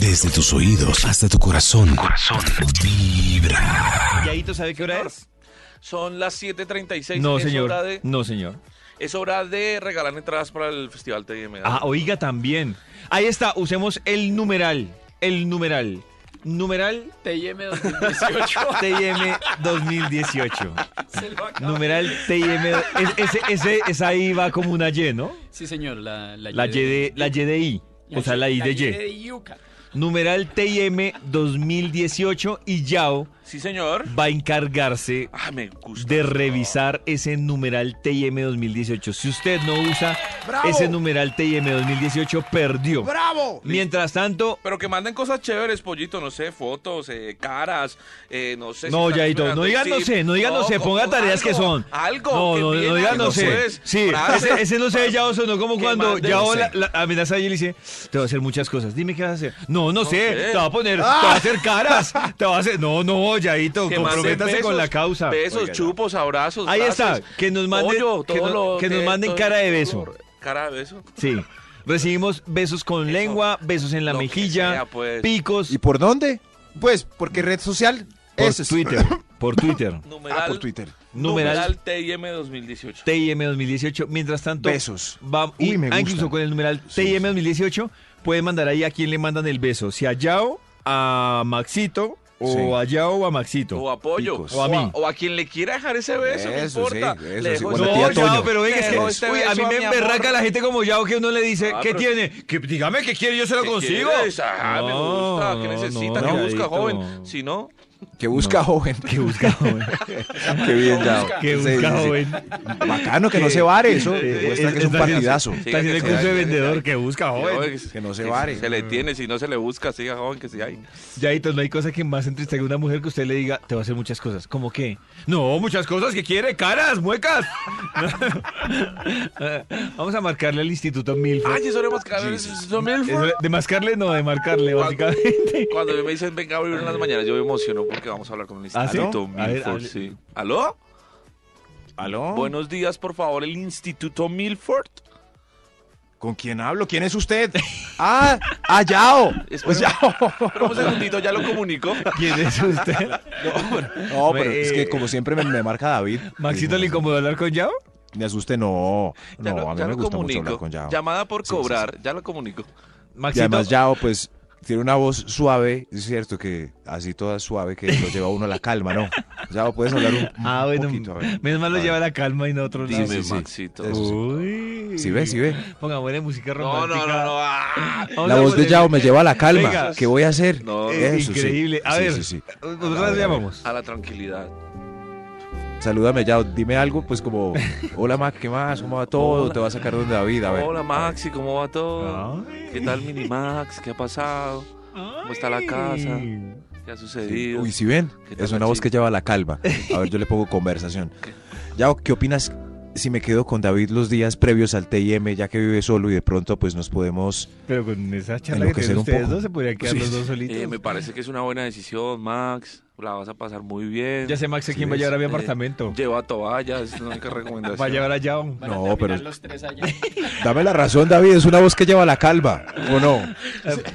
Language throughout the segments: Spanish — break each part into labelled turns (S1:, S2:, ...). S1: Desde tus oídos hasta tu corazón. Corazón. Vibra.
S2: Yaito, ¿sabe qué hora es?
S3: ¿Eh? Son las 7.36.
S2: No,
S3: es
S2: señor.
S3: Hora de,
S2: No, señor.
S3: es hora de regalar entradas para el Festival TDM.
S2: Ah, oiga también. Ahí está, usemos el numeral. El numeral. Numeral
S4: TIM 2018.
S2: TIM 2018.
S4: se lo acaba.
S2: Numeral TIM. es- ese, ese, esa I va como una Y, ¿no?
S4: Sí, señor, la, la,
S2: La Y de, la y de I. O sea, la I de Y.
S4: yuca.
S2: Numeral TIM 2018 y Yao
S3: Sí, señor.
S2: va a encargarse
S3: Ah, me gusta.
S2: de revisar ese numeral TIM 2018. Si usted no usa ese numeral TIM 2018, perdió. ¡Bravo! Mientras tanto,
S3: Pero que manden cosas chéveres, pollito, no sé, fotos, eh, caras, eh, no sé.
S2: No,
S3: están
S2: Yaito,
S3: esperando
S2: no digan
S3: el
S2: no
S3: zip.
S2: sé, no digan no sé, ponga
S3: algo,
S2: tareas que son.
S3: Algo.
S2: No,
S3: que
S2: no,
S3: envíen
S2: no diga
S3: algo,
S2: no sé.
S3: pues,
S2: Sí,
S3: frases.
S2: ese, ese no sé, ya oso, no como
S3: Que
S2: cuando
S3: mande
S2: ya
S3: no
S2: o
S3: sé.
S2: la, la amenaza y él dice, te va a hacer muchas cosas. Dime qué vas a hacer. No, no, sé,
S3: sé. Ah.
S2: te va a poner, te va a hacer caras, te va a hacer. No, no, Yaito,
S3: Que manden
S2: comprométase con
S3: besos,
S2: la causa.
S3: Besos,
S2: Oiga,
S3: chupos, abrazos.
S2: Ahí está,
S3: frases,
S2: que nos manden,
S3: pollo,
S2: que,
S3: todo
S2: no-
S3: lo
S2: que nos manden
S3: todo-
S2: cara de
S3: todo
S2: beso. Ah,
S3: lo- Cara de beso.
S2: Sí. Recibimos besos con lengua, besos en la
S3: lo que
S2: mejilla,
S3: sea, pues.
S2: picos
S5: ¿Y pues, por dónde? Pues, porque red social
S2: por
S5: ese es.
S2: Twitter, por Twitter.
S3: Numeral,
S5: Ah, por Twitter.
S2: Numeral
S3: numeral TIM 2018.
S2: TIM 2018. Mientras tanto,
S5: Besos.
S2: va- y-
S5: Uy, me
S2: ah,
S5: gusta.
S2: incluso con el numeral TIM 2018, pueden mandar ahí a quién le mandan el beso. Si a Yao, a Maxito, o
S5: Sí.
S2: a Yao o a Maxito.
S3: O apoyo.
S5: Picos.
S2: O a mí.
S3: O a quien le quiera dejar ese beso,
S5: Eso,
S3: no importa.
S5: sí,
S3: Le
S5: eso, sí,
S3: dejo
S5: o a
S3: ese
S5: la
S2: No,
S5: tía
S3: beso.
S5: Toño.
S2: Yao, pero venga, es que
S3: Pues Pero este
S2: uy, a
S3: beso
S2: mí
S3: a
S2: me
S3: mi
S2: emberraca
S3: amor.
S2: la gente como Yao que uno le dice,
S3: Ah,
S2: ¿qué
S3: pero-
S2: tiene? Que, dígame qué quiere, yo se lo
S3: ¿Qué
S2: consigo.
S3: quieres? Ah, me gusta. ¿Qué
S2: No,
S3: necesita?
S2: no,
S3: ¿Qué busca,
S2: Yadito.
S3: joven? Si no,
S5: Que busca joven.
S2: Que busca, joven.
S5: Qué bien, Yao.
S2: Que
S5: Sí,
S2: busca,
S5: sí, sí.
S2: joven.
S5: Bacano que no se vare, eso muestra que es un
S2: Está haciendo-
S5: partidazo.
S2: Está haciendo el
S3: Sí,
S2: curso de
S3: sí, sí,
S2: vendedor.
S3: sí.
S2: Que busca, joven.
S3: joven,
S5: que no se
S3: que
S5: vare. Mm.
S3: Se le tiene, si no se le busca, siga joven que si hay.
S2: Yaito, no hay cosa que más entristezca a una mujer que usted le diga, te va a hacer muchas cosas. ¿Cómo qué? No, muchas cosas que quiere, caras, muecas. Vamos a marcarle al Instituto Milford.
S3: Ay, eso le hemos caro. Son mil
S2: Eso de- de mascarle, no, de marcarle, básicamente.
S3: Cuando me dicen venga a vivir en las mañanas, yo me emociono porque vamos a hablar con el
S2: ¿Ah, sí?
S3: Instituto
S2: A ver,
S3: Milford.
S2: hable.
S3: sí. ¿Aló?
S5: ¿Aló?
S3: Buenos días, por favor, el Instituto Milford.
S5: ¿Con quién hablo? ¿Quién es usted? Ah, ah, Yao. Pues
S3: Espera.
S5: Yao.
S3: Pero un segundito, ya lo comunico.
S2: ¿Quién es usted?
S5: No, pero es que como siempre me, me marca David.
S2: Pues, ¿Maxito
S5: Digo,
S2: le incomodó hablar con Yao?
S5: Me asuste, no.
S3: Ya
S5: No,
S3: lo,
S5: a mí
S3: ya
S5: me
S3: lo
S5: gusta mucho
S3: comunico.
S5: hablar con Yao.
S3: Llamada por
S5: Sí, sí,
S3: cobrar, ya lo comunico.
S5: Y
S2: Maxito,
S5: además Yao, pues, tiene una voz suave, es cierto que así toda suave que lo lleva uno a la calma, ¿no? Yao, puedes hablar un, un
S2: ah, bueno,
S5: poquito. a ver.
S2: menos mal lo
S5: A ver.
S2: lleva la calma y no otro
S3: Dime,
S2: lado.
S5: sí, sí.
S3: Maxito.
S5: Eso sí.
S2: Uy.
S5: Sí ve, sí ve.
S2: Ponga buena música
S3: No,
S2: romántica.
S3: no, no, no. ah.
S2: Vamos
S5: La
S2: a
S5: voz de
S2: poner-
S5: Yao me lleva a la calma.
S2: Venga.
S5: ¿Qué voy a hacer?
S3: No,
S2: Eh,
S5: Eso sí.
S2: increíble. A
S5: Sí,
S2: ver,
S5: sí, sí.
S2: nosotros
S5: A ver, a
S2: las
S5: ver.
S2: llamamos.
S3: A la tranquilidad.
S5: Salúdame, Yao. Dime algo, pues como, hola, Mac, ¿qué más? ¿Cómo va todo? Te vas a sacar donde David, a ver. Ah.
S3: Hola Maxi, ¿cómo va todo?
S2: Ay.
S3: ¿Qué tal Mini Max? ¿Qué ha pasado? ¿Cómo está la casa? ¿Qué ha
S5: Sí.
S3: sucedido?
S5: Uy, si ven,
S3: ¿Qué tal,
S5: es una voz
S3: Maxi?
S5: que lleva a la calma. A ver, yo le pongo conversación. Yao, ¿qué opinas si me quedo con David los días previos al TIM, ya que vive solo y de pronto pues nos podemos...
S2: Pero con esa charla que
S5: Enloquecer
S2: tienen
S5: un
S2: ustedes
S5: poco.
S2: dos se podrían quedar
S5: Sí,
S2: los
S5: sí.
S2: dos solitos.
S3: Eh, me parece que es una buena decisión, Max. La vas a pasar muy bien.
S2: Ya sé, Max, ¿a quién
S5: Sí,
S2: va a llevar a mi
S3: Eh,
S2: apartamento?
S3: Lleva toallas, es la única recomendación.
S2: Va a llevar a Yao.
S4: Van a
S5: No,
S4: terminar
S5: pero-
S4: los tres allá.
S5: Dame la razón, David, es una voz que lleva a la calma, ¿o no?
S2: Eh,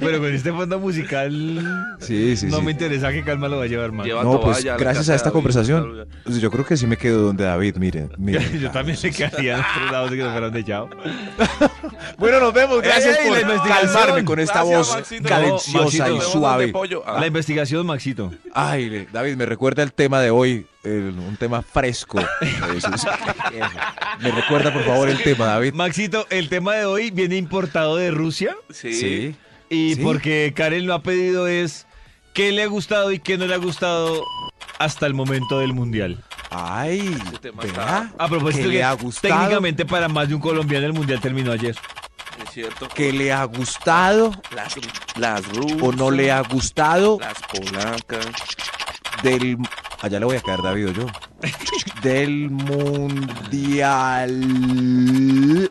S2: Pero con este fondo musical
S5: Sí, sí,
S2: no
S5: sí.
S2: me interesa que Calma lo va a llevar, Max.
S3: Lleva
S5: No,
S3: toalla
S5: pues
S3: la
S5: gracias
S3: casa
S5: a
S3: de
S5: esta
S3: David,
S5: conversación,
S3: la-
S5: pues, yo creo que sí me quedo donde David, miren, miren.
S2: Yo también me quedaría en otro lado si que no fueran de Yao.
S5: Bueno, nos vemos,
S2: Gracias por calmarme
S5: con esta
S3: Gracias,
S5: voz
S3: Maxito.
S2: No, Maxito,
S5: cadenciosa y
S2: vemos
S3: dónde
S5: suave.
S3: pollo. Ah,
S2: La investigación, Maxito.
S5: Ay, le- David, me recuerda el tema de hoy, el- un tema fresco. Eh, Eso es- eso. Me recuerda, por favor, el tema, David.
S2: Maxito, el tema de hoy viene importado de Rusia
S3: sí.
S5: Sí.
S2: y
S5: Sí.
S2: porque Karen lo ha pedido es qué le ha gustado y qué no le ha gustado hasta el momento del Mundial.
S5: Ay,
S3: Ese tema
S5: ¿verdad?
S3: está-
S2: A propósito,
S5: ¿Qué
S2: que
S5: le ha gustado?
S2: técnicamente para más de un colombiano el Mundial terminó ayer.
S3: Es cierto.
S5: ¿Que le ha gustado
S3: Las, las rusas.
S5: o no le ha gustado
S3: Las polacas.
S5: del... Allá le voy a caer, David, o yo. Del mundial...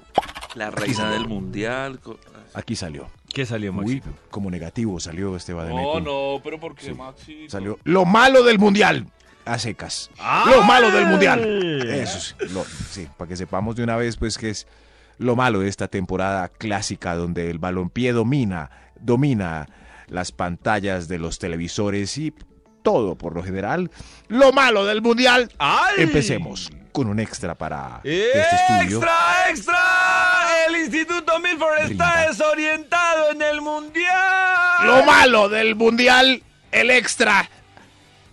S3: La reina del mundial. co-
S5: Aquí salió.
S2: ¿Qué salió,
S5: Muy
S2: Maxito?
S5: como negativo salió este
S3: No,
S5: Vademécum.
S3: no, pero porque Maxi.
S5: Salió lo malo del mundial. A secas. Lo malo del mundial. Eso sí, lo- sí, para que sepamos de una vez, pues, que es lo malo de esta temporada clásica donde el balompié domina, domina las pantallas de los televisores y todo por lo general. Lo malo del mundial.
S2: ¡Ay!
S5: Empecemos con un extra para este estudio.
S2: ¡Extra, extra! El Instituto Milford está
S5: Rinda.
S2: desorientado en el Mundial.
S5: Lo malo del mundial, el extra.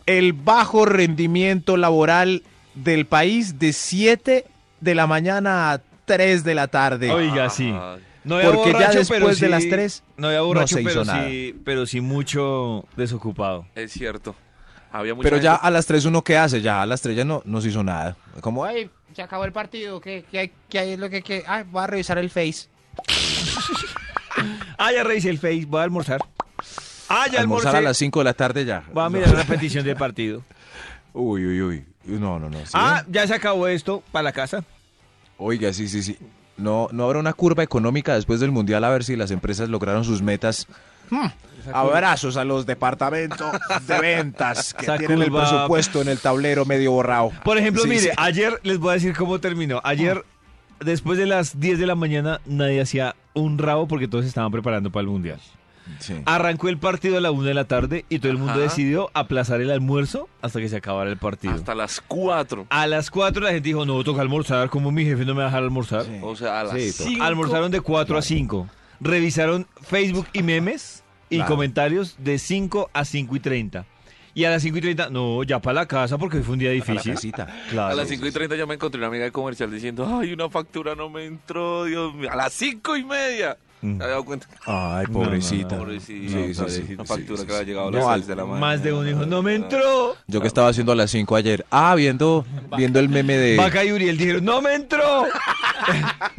S5: El bajo rendimiento laboral del país de 7 de la mañana a 3 de la tarde.
S2: Oiga, sí.
S3: Ay.
S2: No había
S5: Porque ya
S2: borracho,
S5: después
S2: pero
S5: de
S2: sí-
S5: las tres,
S2: no había
S5: no
S2: borracho,
S5: se hizo
S2: pero,
S5: nada.
S2: Sí, pero sí mucho desocupado.
S3: Es cierto. Había mucha
S5: Pero ya
S3: gente-
S5: a las 3 uno qué hace, ya a las 3 ya no, no se hizo nada. Como, ay,
S6: Ay, se acabó el partido. ¿Qué, qué, qué hay? Lo que, que, ah, voy a revisar el Face.
S2: Ah, ya revisé el Face, voy a almorzar. Ah, ya
S5: almorzar
S2: almorcé.
S5: a las 5 de la tarde ya.
S2: Voy a mirar la repetición del partido.
S5: Uy, uy, uy. No, no, no. ¿sí
S2: Ah,
S5: ven?
S2: ya se acabó esto, para la casa.
S5: Oiga, sí, sí, sí. No, no habrá una curva económica después del mundial a ver si las empresas lograron sus metas. Hmm. Abrazos a los departamentos de ventas que
S2: Esa
S5: tienen el
S2: curva-
S5: presupuesto en el tablero medio borrado.
S2: Por ejemplo,
S5: Sí,
S2: mire,
S5: sí.
S2: ayer les voy a decir cómo terminó. Ayer, después de las 10 de la mañana, nadie hacía un rabo porque todos se estaban preparando para el Mundial.
S5: Sí.
S2: Arrancó el partido a la 1 de la tarde y todo el mundo
S3: Ajá.
S2: decidió aplazar el almuerzo hasta que se acabara el partido.
S3: hasta las 4.
S2: A las 4 la gente dijo, no, toca almorzar, como mi jefe no me va a dejar almorzar.
S5: Sí.
S3: O sea, a las
S5: Sí,
S3: cinco.
S2: Almorzaron de 4 a 5. Revisaron Facebook y memes y
S5: Claro.
S2: comentarios de 5 a 5 y 30. Y a las 5 y 30, no, ya para la casa porque hoy fue un día
S5: A la
S2: difícil.
S5: casita.
S2: Claro.
S3: A las 5 y 30 yo me encontré una amiga de comercial diciendo, ay, una factura no me entró, Dios mío. A las 5 y media. ¿Te
S2: Mm.
S3: has dado cuenta?
S5: Ay,
S2: no, no,
S5: pobrecita.
S3: Pobrecita.
S5: Sí, sí, sí,
S3: Una
S5: sí,
S3: factura
S5: sí,
S3: que había
S5: sí.
S3: llegado a
S5: No,
S3: las
S5: al-
S3: 6 de la mañana.
S2: Más de un hijo, no me entró.
S5: Yo que estaba haciendo a las 5 ayer. Ah, viendo, viendo el meme de.
S2: Vaca y Uriel dijeron, no me entró.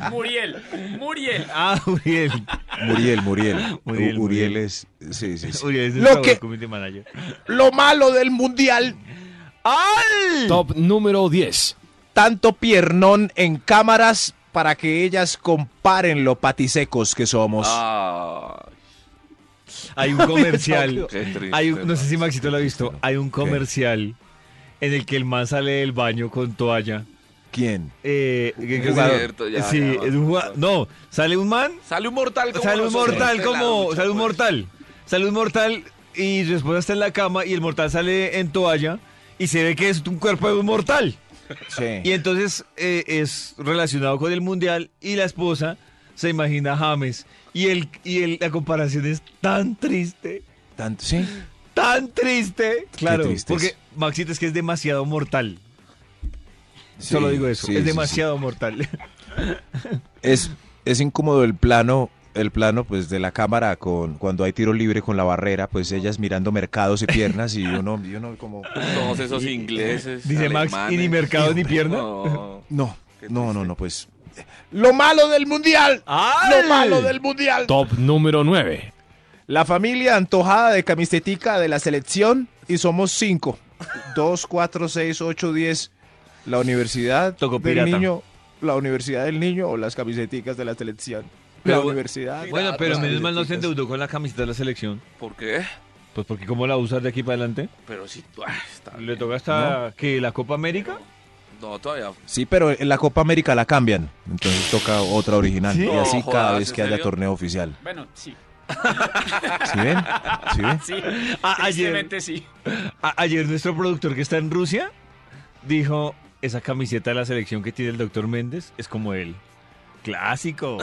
S4: Muriel, Muriel.
S2: Ah, Uriel.
S5: Muriel, Muriel.
S2: Muriel,
S5: U- Uriel
S2: Muriel.
S5: es. Sí, sí, sí.
S2: Uriel es
S5: Lo
S2: nuestro
S5: que-
S2: community manager.
S5: Lo malo del mundial.
S2: ¡Al!
S7: Top número 10.
S5: Tanto piernón en cámaras para que ellas comparen lo patisecos que somos.
S3: Ah,
S2: Hay un comercial.
S3: qué triste.
S2: Hay un- no sé si Maxito lo ha visto. Hay un comercial en el que el man sale del baño con toalla.
S5: ¿Quién?
S2: Eh, que- que-
S5: jugador.
S3: Cierto, ya,
S2: sí,
S3: ya,
S2: es un jugador. No, sale un man,
S3: Sale un mortal como
S2: sale un
S3: nosotros
S2: mortal
S3: de la
S2: como.
S3: lucha,
S2: Sale un
S3: pues.
S2: mortal. Sale un mortal y su esposa está en la cama y el mortal sale en toalla y se ve que es un cuerpo de un mortal.
S5: Sí.
S2: Y entonces eh, es relacionado con el mundial y la esposa se imagina a James. Y, el, y el- la comparación es tan triste,
S5: Tanto- sí.
S2: tan triste. Claro,
S5: triste
S2: porque
S5: es.
S2: Maxito es que es demasiado mortal.
S5: Sí,
S2: Solo digo eso,
S5: sí,
S2: es
S5: sí, sí.
S2: demasiado mortal.
S5: Es, es incómodo el plano, el plano pues de la cámara con cuando hay tiro libre con la barrera, pues ellas mirando mercados y piernas y uno, y uno como
S3: Todos esos ingleses.
S2: eh, Dice Max,
S3: alemanes.
S2: y ni mercado ni
S3: Hombre,
S2: pierna.
S3: no.
S5: no,
S3: Qué
S5: no, no,
S3: triste.
S5: no, pues lo malo del mundial,
S2: ¡Al!
S5: mundial.
S7: Top número 9.
S5: La familia antojada de camisetica de la selección y somos cinco. Dos, cuatro, seis, ocho, diez. La universidad
S2: Tocó
S5: del
S2: pirata.
S5: niño, la universidad del niño o las camiseticas de la selección.
S2: Pero
S5: la
S2: bu-
S5: universidad.
S2: Bueno, pero
S5: las
S2: menos mal no se
S5: camiseticas.
S2: endeudó con la camiseta de la selección.
S3: ¿Por qué?
S2: Pues porque ¿cómo la usas de aquí para adelante?
S3: Pero si tú. ah, está
S2: ¿Le toca hasta que la Copa América?
S3: No, todavía.
S5: Sí, pero en la Copa América la cambian. Entonces toca otra original.
S2: ¿Sí?
S5: Y así
S3: No jodas,
S5: cada vez
S3: ¿en
S5: que haya
S3: serio?
S5: torneo oficial.
S4: Bueno, sí.
S5: ¿Sí ven? ¿Sí ven?
S4: Sí.
S2: Ah, ayer,
S4: tristemente sí.
S2: a- ayer nuestro productor que está en Rusia dijo, esa camiseta de la selección que tiene el doctor Méndez es como él. Clásico.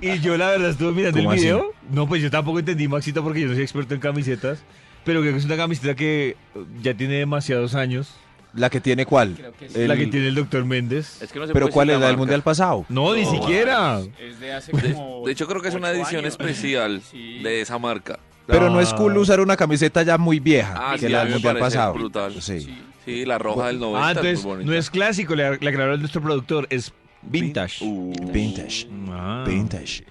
S2: y yo la verdad estuve mirando el
S5: ¿Cómo así?
S2: video. No, pues yo tampoco entendí, Maxito, porque yo no soy experto en camisetas. Pero creo que es una camiseta que eh, ya tiene demasiados años.
S5: ¿La que tiene cuál?
S4: Creo que sí.
S5: El-
S2: La que tiene pues, el doctor Méndez.
S3: Es que no se
S5: ¿Pero
S3: puede
S5: cuál
S3: decir
S5: es la del
S3: marca.
S5: Mundial pasado?
S2: No, ni
S3: No,
S2: siquiera.
S4: Es de hace como.
S3: De hecho, creo que es una
S4: ocho
S3: edición
S4: años.
S3: especial
S4: Sí.
S3: de esa marca.
S5: Pero no es
S2: Ah.
S5: cool usar una camiseta ya muy vieja.
S3: Ah,
S5: que
S3: sí,
S5: la
S3: a
S5: del
S3: mí me
S5: Mundial
S3: parece
S5: pasado.
S3: brutal.
S5: Sí.
S4: Sí.
S3: Sí, la roja del 90
S2: Ah,
S3: es
S2: entonces
S3: muy bonita.
S2: no es clásico, le, le aclaró nuestro productor, es vintage.
S3: Uh,
S5: Vintage.
S2: Ah.
S5: Uh, Vintage.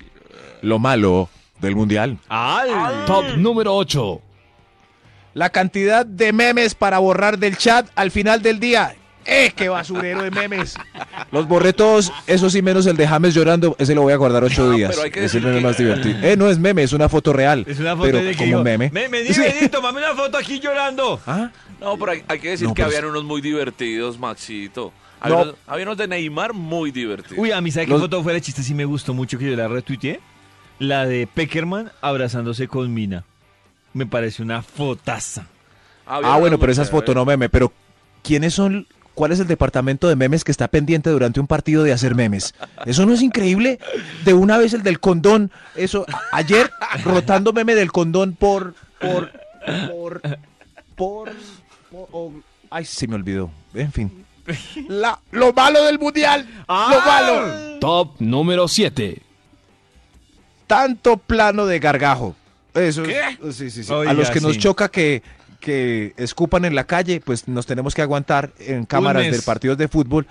S5: Lo malo del mundial.
S2: ¡Al!
S7: Top número 8.
S5: La cantidad de memes para borrar del chat al final del día. ¡Eh, qué basurero de memes! Los borré todos, eso sí, menos el de James llorando. Ese lo voy a guardar ocho días.
S3: Ah, pero hay que
S5: es
S3: decir
S5: el meme
S3: que-
S5: más divertido. Eh, no es meme, es una foto real.
S2: Es una foto
S5: pero
S2: de que
S5: como
S2: dijo,
S5: meme.
S2: "Ven, vení,
S5: Sí.
S2: vení, tomame una foto aquí llorando.
S5: ¿Ah?
S3: No, pero hay, hay que decir
S5: No,
S3: que
S5: pero-
S3: habían unos muy divertidos, Maxito. Había,
S5: No.
S3: unos, había unos de Neymar muy divertidos.
S2: Uy, a mí, ¿sabe qué
S5: Los-
S2: foto fuera de chiste? Sí me gustó mucho que yo la retuiteé. La de Peckerman abrazándose con Mina. me parece una fotaza.
S5: Ah, bueno, pero esas fotos no meme, pero ¿quiénes son? ¿Cuál es el departamento de memes que está pendiente durante un partido de hacer memes? ¿Eso no es increíble? De una vez el del condón, eso, ayer rotando meme del condón por, por, por, por, por- o- ay, se me olvidó, en fin. La- lo malo del mundial, lo malo,
S7: Top número 7.
S5: tanto plano de gargajo. Eso,
S3: ¿Qué?
S5: sí, sí, sí.
S2: Oiga,
S5: A los que nos
S2: sí.
S5: choca que, que escupan en la calle, pues nos tenemos que aguantar en cámaras
S2: mes.
S5: del partido de fútbol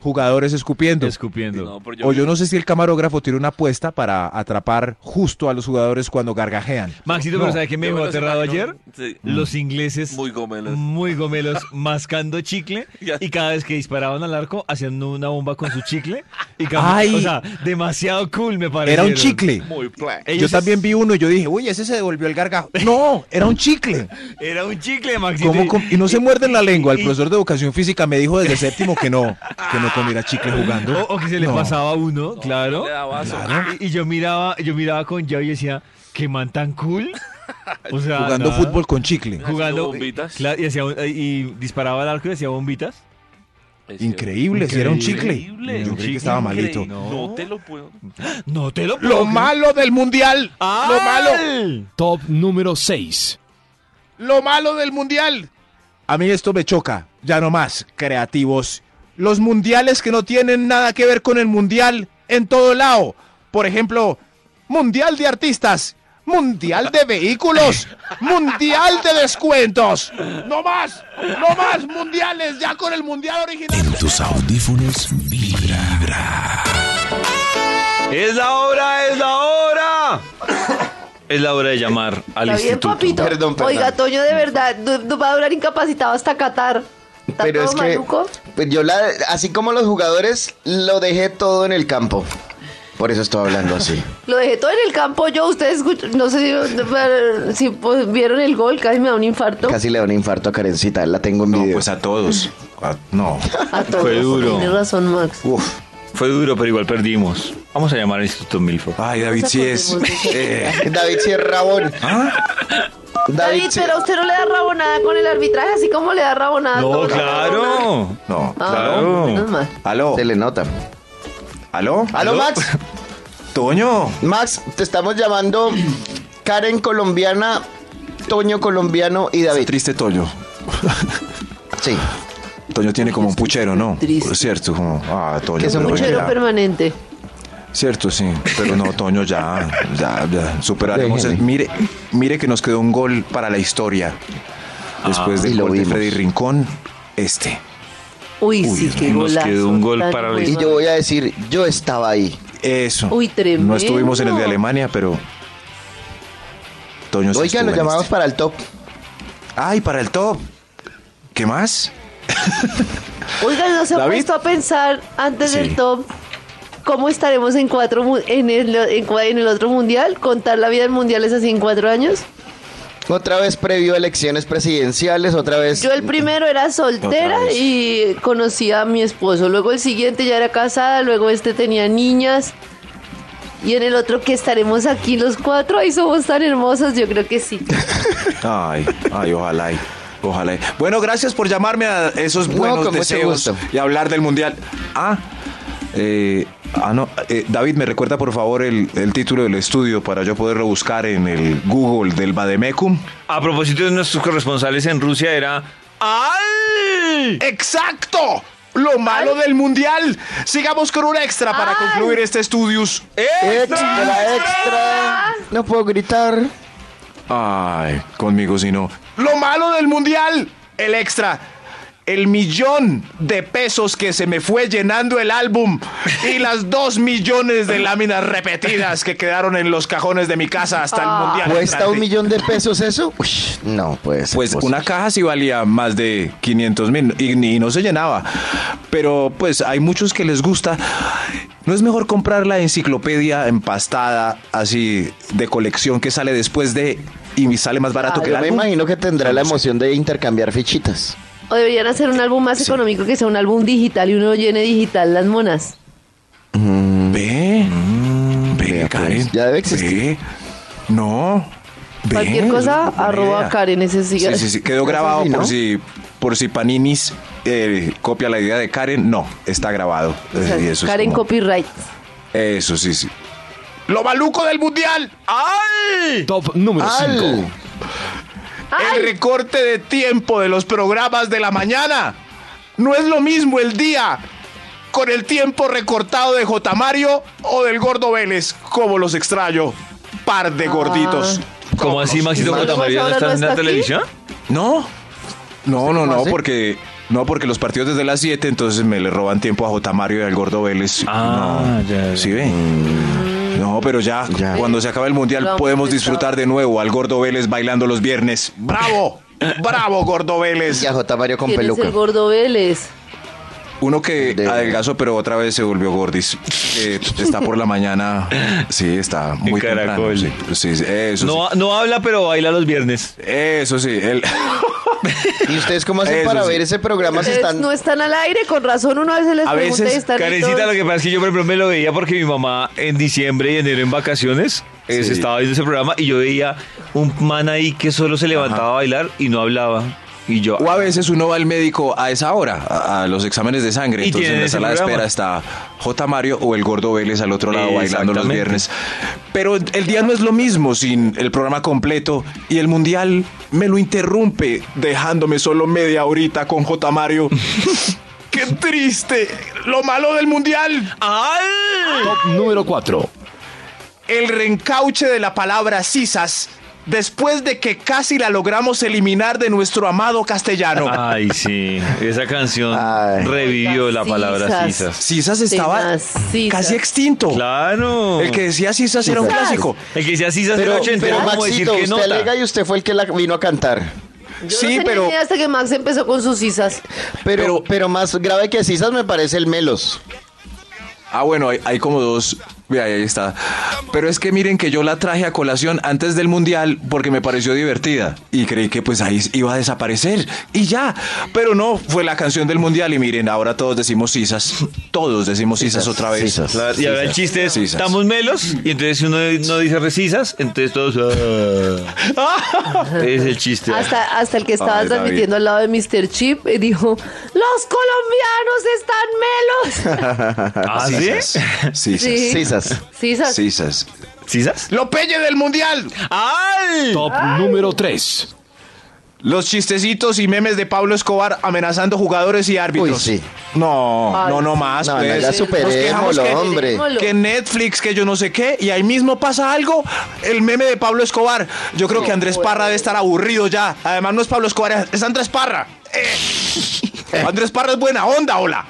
S5: jugadores escupiendo.
S2: Escupiendo.
S3: No, pero
S5: o yo no sé si el camarógrafo tiene una apuesta para atrapar justo a los jugadores cuando gargajean.
S2: Maxito,
S5: No.
S2: pero ¿sabe qué me
S3: Yo
S2: dejó
S3: los
S2: aterrado
S3: imagino-
S2: ayer?
S3: sí,
S2: Los ingleses
S3: Muy gomelos.
S2: muy gomelos mascando chicle
S3: Ya.
S2: y cada vez que disparaban al arco haciendo una bomba con su chicle. Y cam-
S5: ¡Ay!
S2: O sea, demasiado cool me parece.
S5: Era un chicle.
S3: Muy plan.
S5: Yo también vi uno y yo dije, uy, ese se devolvió el gargajo. No, era un chicle.
S2: Era un chicle, Maxito.
S5: ¿Cómo com- y no se muerden la lengua. El
S2: y-
S5: profesor de educación física me dijo desde séptimo que no, que no comiera chicle jugando.
S2: O, o que se le
S5: No.
S2: pasaba a uno, claro.
S3: Le da vaso.
S2: Y, y yo miraba, yo miraba con Yao y decía, qué man tan cool. O sea,
S5: Jugando
S2: nada.
S5: fútbol con chicle.
S2: Jugando
S3: bombitas.
S2: Claro, y, hacía- y disparaba al arco y hacía bombitas.
S3: Es cierto.
S5: Increíble, si era un chicle.
S3: Increíble.
S5: Yo
S2: Un
S5: creí
S2: chicle
S5: que estaba
S2: increíble.
S5: malito.
S3: No. te lo puedo.
S2: No te lo
S5: Lo malo del mundial. Lo malo.
S2: malo.
S7: Top número 6.
S5: Lo malo del mundial. A mí esto me choca. Ya no más. Creativos. Los mundiales que no tienen nada que ver con el mundial en todo lado. Por ejemplo, mundial de artistas. Mundial de vehículos. Mundial de descuentos. No más. No más mundiales. Ya con el mundial original.
S1: En tus audífonos, vibra.
S2: Es la hora, es la hora. es la hora de llamar al
S8: Está bien,
S2: instituto.
S8: papito.
S9: Perdón, perdón.
S8: Oiga, Toño, de verdad, no, no va a durar incapacitado hasta Qatar. ¿Está
S9: Pero
S8: todo
S9: es que
S8: maluco?
S9: pues yo la, así como los jugadores lo dejé todo en el campo. Por eso estoy hablando así.
S8: Lo dejé todo en el campo yo. Ustedes, escuch- no sé si- no, si, pues, vieron el gol, casi me da un infarto.
S9: Casi le da un infarto a Karencita, la tengo en video.
S5: pues, a todos. no.
S8: A todos.
S2: Fue duro.
S8: Tienes razón, Max.
S9: Uf,
S2: Fue duro, pero igual perdimos. Vamos a llamar al Instituto Milford.
S5: Ay,
S8: Nos acordemos
S2: Eh,
S8: de
S5: Eh.
S8: eso.
S9: David sí es rabón.
S8: David,
S9: sí-
S8: pero a usted no le da rabonada con el arbitraje, así como le da rabonada. a
S2: No,
S8: todos.
S2: claro.
S5: No.
S8: Ah,
S2: claro.
S8: menos mal.
S9: Ah,
S5: Aló.
S9: se le nota.
S5: Aló.
S9: Aló, Max.
S5: Toño.
S9: Max, te estamos llamando Karen colombiana, Toño colombiano y David.
S5: Triste Toño.
S9: Sí,
S5: Toño tiene como un puchero, ¿no?
S8: Triste.
S5: Cierto, como, ah, Toño,
S9: Que es un
S5: pero
S8: Puchero
S5: ya.
S8: permanente.
S5: Cierto, sí, pero no, Toño, ya, ya, ya, superaremos.
S9: Déjeme.
S5: Mire, mire que nos quedó un gol para la historia. Después
S9: Ah, y
S5: del
S9: lo
S5: gol de
S9: vimos.
S5: Freddy Rincón, este.
S8: Uy,
S5: Uy,
S8: sí, qué
S2: nos
S8: golazo.
S2: quedó un gol
S8: tan
S2: para la
S8: bueno.
S9: y yo voy a decir, yo estaba ahí.
S5: Eso.
S8: Uy, tremendo.
S5: No estuvimos en el de Alemania, pero... Toño sí
S9: Oiga,
S5: estuvo
S9: lo
S5: en
S9: llamamos
S5: este.
S9: para el top.
S5: Ay, para el top. ¿Qué más?
S8: Oigan, ¿no se ha
S5: David?
S8: puesto a pensar antes
S5: Sí.
S8: del top cómo estaremos en cuatro mu- en el, en, cua- en el otro mundial? ¿Contar la vida en mundiales así en cuatro años?
S9: Otra vez previo a elecciones presidenciales, otra vez.
S8: Yo el primero era soltera
S5: Otra vez.
S8: y conocí a mi esposo. Luego el siguiente ya era casada, luego este tenía niñas. Y en el otro que estaremos aquí los cuatro, ahí somos tan hermosos, yo creo que sí.
S5: Ay, ay, ojalá. y- Ojalá. y- Bueno, gracias por llamarme a esos
S9: No,
S5: buenos
S9: con mucho
S5: deseos
S9: gusto.
S5: y hablar del mundial. Ah, eh, ah, no. eh, David, me recuerda por favor el, el título del estudio para yo poderlo buscar en el Google del Bademecum.
S2: A propósito de nuestros corresponsales en Rusia era... ¡Ay!
S5: ¡Exacto! Lo malo del mundial. Sigamos con un extra para
S8: Ay.
S5: concluir este estudios.
S9: Extra, extra. No puedo gritar.
S5: Ay, conmigo si no. Lo malo del mundial, el extra. El millón de pesos que se me fue llenando el álbum y las dos millones de láminas repetidas que quedaron en los cajones de mi casa hasta
S9: Ah.
S5: el mundial.
S9: ¿Cuesta
S5: entrante.
S9: un millón de pesos eso? Uy, no, pues.
S5: Pues una caja sí valía más de 500 mil y, y no se llenaba. Pero pues hay muchos que les gusta. ¿No es mejor comprar la enciclopedia empastada así de colección que sale después de y sale más barato que el
S9: Ah, Yo me
S5: álbum?
S9: imagino que tendrá la
S5: No sé.
S9: emoción de intercambiar fichitas.
S8: O deberían hacer un álbum más económico que sea un álbum digital y uno llene digital las monas.
S5: Ve. Ve,
S9: vea, pues,
S5: Karen.
S9: ya debe existir.
S5: Ve. No.
S8: Cualquier cosa,
S10: buena
S8: arroba
S10: idea.
S8: Karen ese sí.
S5: Sí, sí, sí, quedó grabado
S9: sí, ¿no?
S5: por si por si Paninis eh, copia la idea de Karen. No, está grabado.
S8: O sea,
S5: Eh, eso es
S8: Karen
S5: como-
S8: copyright.
S5: Eso, sí, sí. ¡Lo maluco del mundial! ¡Ay!
S11: Top número 5.
S5: ¡Al! El recorte de tiempo de los programas de la mañana. No es lo mismo el día con el tiempo recortado de J. Mario o del Gordo Vélez. Como los extraño. Par de gorditos.
S2: ¿Cómo así, Maxito
S8: Maxito
S2: María no
S8: María
S2: está
S8: no
S2: en la
S8: está aquí?
S2: televisión?
S5: No. No, no, no,
S9: hace?
S5: porque no porque los partidos desde las 7, entonces me le roban tiempo a J. Mario y al Gordo Vélez.
S2: Ah, ya, ya.
S5: Sí, ve. No, pero ya,
S9: Ya.
S5: cuando se acaba el
S8: Lo
S5: mundial
S8: han
S5: podemos
S8: pensado.
S5: disfrutar de nuevo al Gordo Vélez bailando los viernes. ¡Bravo! ¡Bravo, Gordo Vélez!
S9: Y a J. Mario con
S8: ¿Quién es
S9: peluca.
S8: el gordo Vélez?
S5: Uno que
S9: De-
S5: adelgazó, pero otra vez se volvió gordis. Eh, está por la mañana. Sí, está muy
S2: En Caracol.
S5: temprano, sí. Sí, eso
S2: No, no habla, pero baila los viernes.
S5: sí. Eso sí. el-
S9: ¿Y ustedes cómo hacen
S5: Eso
S9: para
S5: sí.
S9: ver ese programa si
S8: Ustedes
S9: están
S8: No están al aire, con razón uno a veces les
S5: A
S8: pregunta
S5: veces,
S8: y están ahí
S2: Karencita,
S8: todos-
S2: lo que pasa es que yo, por ejemplo, me lo veía porque mi mamá en diciembre y enero en vacaciones eh, se
S5: Sí.
S2: estaba viendo ese programa y yo veía un man ahí que solo se levantaba a bailar y no hablaba. Y yo,
S5: O a veces uno va al médico a esa hora, a, a los exámenes de sangre.
S2: Y
S5: Entonces en
S2: tienen
S5: la
S2: ese
S5: sala de
S2: programa.
S5: espera está J. Mario o el Gordo Vélez al otro lado bailando los
S2: Exactamente.
S5: viernes. Pero el día no es lo mismo sin el programa completo y el mundial me lo interrumpe dejándome solo media horita con J. Mario. ¡Qué triste! Lo malo del mundial.
S11: Top número 4.
S5: El reencauche de la palabra sisas después de que casi la logramos eliminar de nuestro amado castellano.
S2: ay, sí, esa canción
S9: Ay.
S2: revivió la palabra
S8: Sisas.
S2: sisas.
S5: Sisas estaba
S8: Tenaz, sisas.
S5: casi extinto.
S2: Claro.
S5: El que decía Sisas era un
S8: Sisas.
S5: clásico.
S2: El que decía sisas
S9: Pero,
S2: era ochentero,
S9: pero
S2: ¿cómo decir
S9: Maxito,
S2: que
S9: usted
S2: no?
S9: alega y usted fue el que la vino a cantar.
S8: Yo no
S5: Sí,
S8: tenía
S5: pero-
S8: idea hasta que Max empezó con sus sisas.
S9: Pero,
S5: Pero-
S9: pero, más grave que Cisas me parece el Melos.
S5: Ah, bueno, hay, hay como dos. Mira, ahí está. Pero es que miren que yo la traje a colación antes del mundial porque me pareció divertida y creí que pues ahí iba a desaparecer y ya. Pero no, fue la canción del mundial y miren, ahora todos decimos Sisas. Todos decimos Sisas, otra vez.
S9: Sisas.
S5: La-
S2: Y ahora el chiste es,
S5: Sisas.
S2: estamos melos, y entonces si uno no dice resisas, entonces todos... ah. es el chiste.
S8: Hasta, hasta el que estaba
S5: Ay, David.
S8: transmitiendo al lado de Mr. Chip eh, dijo, los colombianos están melos.
S2: ¿Ah,
S5: Sisas.
S2: sí?
S5: Sisas.
S8: Sí.
S9: Cisas.
S8: Sisas.
S5: Sisas.
S2: ¿Sisas?
S5: ¡Lo pelle del mundial!
S2: ¡Ay!
S11: Top número 3.
S5: Los chistecitos y memes de Pablo Escobar amenazando jugadores y árbitros.
S9: Uy, sí.
S5: No,
S8: Ay,
S5: no, no
S8: sí.
S5: más.
S9: No, no,
S5: pues. Nos
S9: ya
S5: quejamos
S9: superémoslo,
S5: que-
S9: hombre.
S8: Superémoslo.
S5: Que Netflix, que yo no sé qué, y ahí mismo pasa algo. El meme de Pablo Escobar. Yo creo que Andrés Parra debe estar aburrido ya. Además, no es Pablo Escobar, es Andrés Parra. Eh. Andrés Parra es buena onda, hola.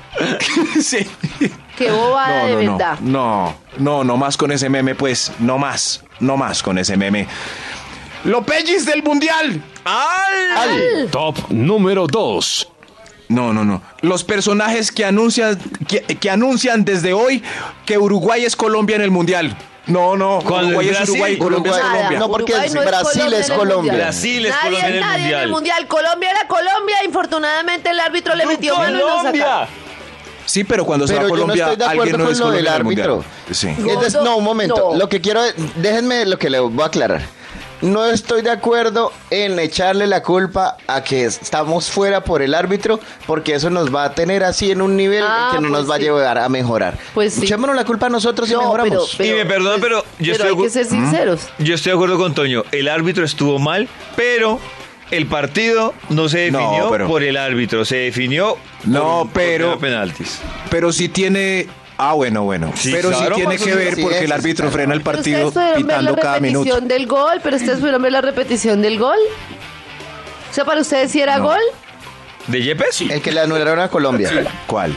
S5: sí.
S8: Qué bobada
S5: No,
S8: Ah, de
S5: no,
S8: verdad.
S5: no, no, no, no más con ese meme, pues, no más, no más con ese meme. Lopellis del Mundial.
S11: Top número 2.
S5: No, no, no. Los personajes que anuncian, que, que anuncian desde hoy que Uruguay es Colombia en el Mundial. No, no.
S2: ¿Cuál,
S5: Uruguay es
S2: Brasil?
S5: Uruguay, Colombia es
S9: Uruguay.
S5: Colombia.
S9: No, porque
S8: Uruguay
S9: Brasil es
S8: en el
S9: Colombia.
S8: Mundial.
S2: Brasil es
S8: nadie,
S2: Colombia en el
S8: nadie en
S2: Mundial.
S8: el mundial. Colombia era Colombia. Infortunadamente el árbitro le metió mano y lo sacaron.
S2: ¡Colombia!
S5: Sí, pero cuando se va
S9: Pero
S5: a
S9: yo no
S5: Colombia,
S9: estoy de acuerdo
S5: alguien no
S9: con
S5: es
S9: lo
S5: Colombia
S9: del
S5: en el Mundial.
S9: árbitro.
S5: Sí.
S9: Entonces,
S8: Gordo,
S9: no, un momento.
S8: no.
S9: Lo que quiero, déjenme lo que le voy a aclarar. No estoy de acuerdo en echarle la culpa a que estamos fuera por el árbitro, porque eso nos va a tener así en un nivel
S8: Ah,
S9: que no
S8: pues
S9: nos va
S8: sí.
S9: a llevar a mejorar.
S8: Pues sí.
S9: Echémonos la culpa a nosotros y
S8: No, pero, pues,
S9: mejoramos.
S2: Y me perdona, pero yo estoy ¿Mm?
S8: hay
S2: acu-
S8: que ser sinceros.
S2: Yo estoy de acuerdo con Toño. El árbitro estuvo mal, pero el partido no se
S5: No,
S2: definió
S5: pero-
S2: por el árbitro. Se definió
S5: No,
S2: por,
S5: pero-
S2: por penaltis.
S5: Pero sí tiene. Ah, bueno, bueno.
S2: Sí,
S5: pero
S2: claro,
S5: sí tiene
S9: Maxito,
S5: que ver
S9: sí,
S5: porque
S9: eso
S5: el
S9: sí,
S5: árbitro
S9: claro.
S5: frena el
S8: Pero
S5: partido
S8: ustedes pudieron ver la
S5: pitando cada
S8: repetición
S5: minuto.
S8: del gol, pero ustedes pudieron ver la repetición del gol. O sea, para ustedes si era gol.
S2: ¿De Yepes?
S9: El que le anularon a Colombia,
S5: ¿Cuál?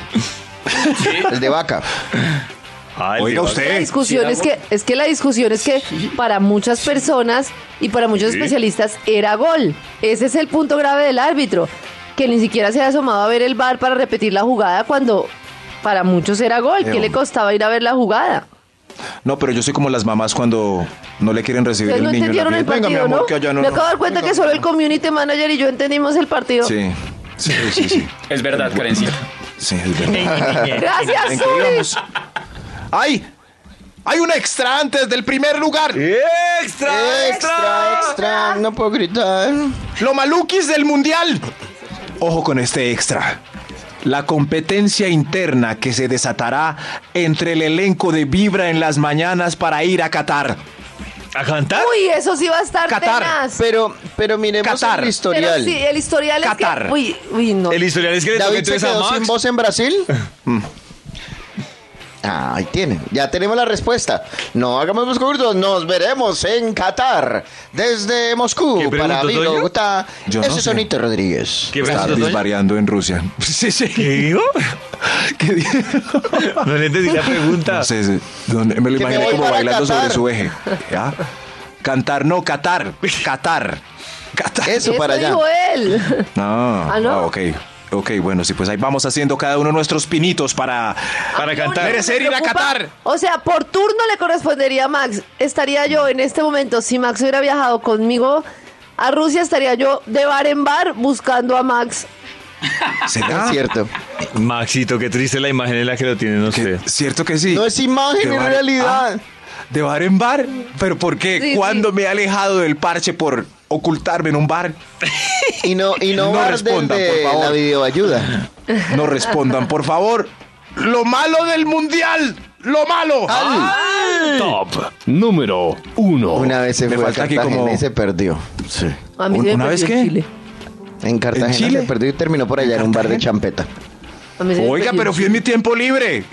S9: el de vaca.
S2: Ah, el
S5: Oiga
S2: de-
S8: La
S5: usted.
S8: discusión es que es que la discusión es que para muchas personas y para muchos especialistas era gol. Ese es el punto grave del árbitro, que ni siquiera se ha asomado a ver el VAR para repetir la jugada cuando para muchos era gol. ¿Qué le
S5: hombre.
S8: costaba ir a ver la jugada?
S5: No, pero yo soy como las mamás cuando no le quieren recibir
S8: Ustedes
S5: el
S8: no
S5: niño. en la
S8: entendieron el
S5: fiesta.
S8: partido,
S5: Venga, mi amor,
S8: ¿no?
S5: que allá no.
S8: Me
S5: no.
S8: acabo de dar cuenta que solo el community manager y yo entendimos el partido.
S5: Sí. Sí, sí, sí.
S4: Es verdad, Karencita.
S5: Sí, es verdad.
S8: Gracias,
S5: ¿En qué
S8: Zuli.
S5: íbamos? ¡Ay! Hay un extra antes del primer lugar.
S12: ¡Extra!
S9: Extra, extra, no puedo gritar.
S8: Pues
S5: Lo maluquis del mundial. Ojo con este extra. La competencia interna que se desatará entre el elenco de Vibra en las mañanas para ir a Qatar.
S2: ¿A cantar?
S8: Uy, eso sí va a estar
S5: Qatar,
S8: tenaz.
S9: Pero, pero miremos
S5: Qatar.
S9: el
S8: Pero
S9: historial.
S8: sí, el historial es
S5: Qatar.
S8: que... Uy, uy, no.
S2: El historial es que le toque
S9: David se
S2: tres a
S9: quedó sin
S2: Max.
S9: voz en Brasil. Mm. Ah, ahí tienen. Ya tenemos la respuesta. No hagamos más cortos. Nos veremos en Qatar. Desde
S2: ¿Qué
S9: Moscú
S2: preguntó,
S9: para
S2: Toño?
S9: Bogotá.
S5: Yo no
S9: Ese es
S5: sé.
S9: Sonito Rodríguez.
S2: ¿Qué
S5: Está
S2: brazo, Toño?
S5: disvariando en Rusia. Sí, sí.
S2: ¿Qué dijo?
S5: ¿Qué di-
S2: No le entendí la pregunta.
S5: No sé, sí. Donde- me lo
S9: Que me
S5: imaginé
S9: voy
S5: como
S9: para
S5: bailando sobre
S9: Qatar.
S5: su eje. ¿ya? Cantar, no, Qatar. Qatar. Qatar.
S9: Eso,
S8: Eso
S9: para allá.
S8: dijo él.
S5: No. Ah,
S8: no?
S5: ok. Ok, bueno, sí, pues ahí vamos haciendo cada uno nuestros pinitos para,
S8: A mí lo único que me
S5: Merecer ir a
S8: preocupa-
S5: Qatar.
S8: O sea, por turno le correspondería a Max. Estaría yo en este momento, si Max hubiera viajado conmigo a Rusia, estaría yo de bar en bar buscando a Max.
S9: Es
S5: ¿Será?
S9: cierto.
S2: Maxito, qué triste la imagen en la que lo tienen
S5: Que-
S2: usted.
S5: ¿Cierto que sí?
S9: No es imagen,
S5: De
S9: es
S5: bar-
S9: realidad.
S5: Ah, de bar en bar. ¿Pero por qué?
S8: Sí,
S5: ¿Cuándo
S8: sí.
S5: me he alejado del parche por ocultarme en un bar?
S9: Y no, y no,
S5: No
S9: guarden
S5: respondan,
S9: de
S5: por favor.
S9: la videoayuda.
S5: No respondan, por favor. ¡Lo malo del mundial! ¡Lo malo!
S9: Ah,
S13: Top número 1.
S9: Una vez se
S5: Me
S9: fue a
S5: falta aquí
S9: Cartagena
S5: como-
S9: y se perdió. Sí.
S8: A mí
S5: ¿Un-
S8: se me
S5: una
S8: perdió
S5: vez
S8: en
S5: qué?
S8: Chile.
S9: En Cartagena
S5: Chile?
S9: se perdió y terminó por allá en un bar de champeta.
S8: A mí se me
S5: Oiga,
S8: perdió
S5: pero
S8: en
S5: fui en mi tiempo libre.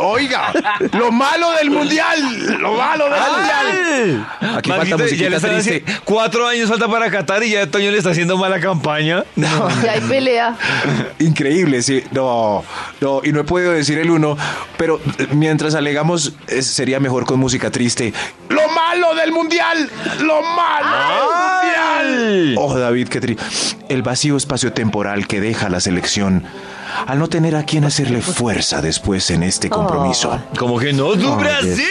S5: Oiga, lo malo del mundial. Lo malo del mundial. Aquí falta
S2: Maxito, ya
S5: musiquita
S2: le están
S5: triste.
S2: haciendo- cuatro años falta para Qatar y ya Toño le está haciendo mala campaña.
S8: Chile. Ya hay pelea.
S5: Increíble, sí. No, no, y no he podido decir el uno, pero eh, mientras alegamos, eh, sería mejor con música triste. ¡Lo malo del mundial! ¡Lo malo del mundial! Oh, David, qué triste. El vacío espaciotemporal que deja la selección al no tener a quien hacerle fuerza después en este compromiso.
S2: Como que no, ¡tú, Brasil!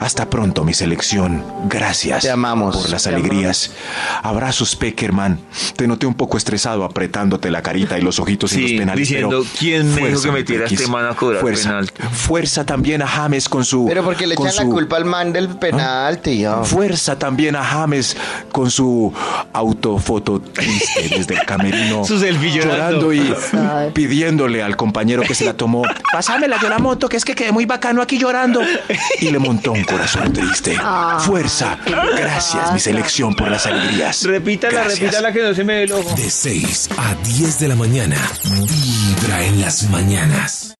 S5: Hasta pronto, mi selección. Gracias.
S9: Te amamos.
S5: Por las
S9: Te
S5: alegrías. Abrazos, Peckerman. Te noté un poco estresado apretándote la carita y los ojitos
S2: Sí,
S5: y los penales.
S2: diciendo,
S5: pero
S2: "¿Quién me dijo
S5: fuerza,
S2: que me
S5: mi
S2: tirara
S5: Pequis,
S2: este man a cobrar
S5: fuerza,
S2: penal?"
S5: Fuerza también a James con su.
S9: Pero porque le
S5: con
S9: echan la
S5: su- ¿Ah?
S9: culpa al man del penalti.
S2: Ah.
S9: oh.
S5: Fuerza también a James con su autofoto triste desde el camerino.
S2: Su selfie llorando.
S5: y
S8: Ay.
S5: pidiéndole al compañero que se la tomó, pásamela yo la moto, que es que quedé muy bacano aquí llorando. Y le montó un corazón triste.
S8: Ah,
S5: Fuerza. Gracias, mi selección, por las alegrías.
S2: Repítala,
S5: Gracias.
S2: repítala que no se me ve el ojo.
S14: De 6 a 10 de la mañana. Vibra en las mañanas.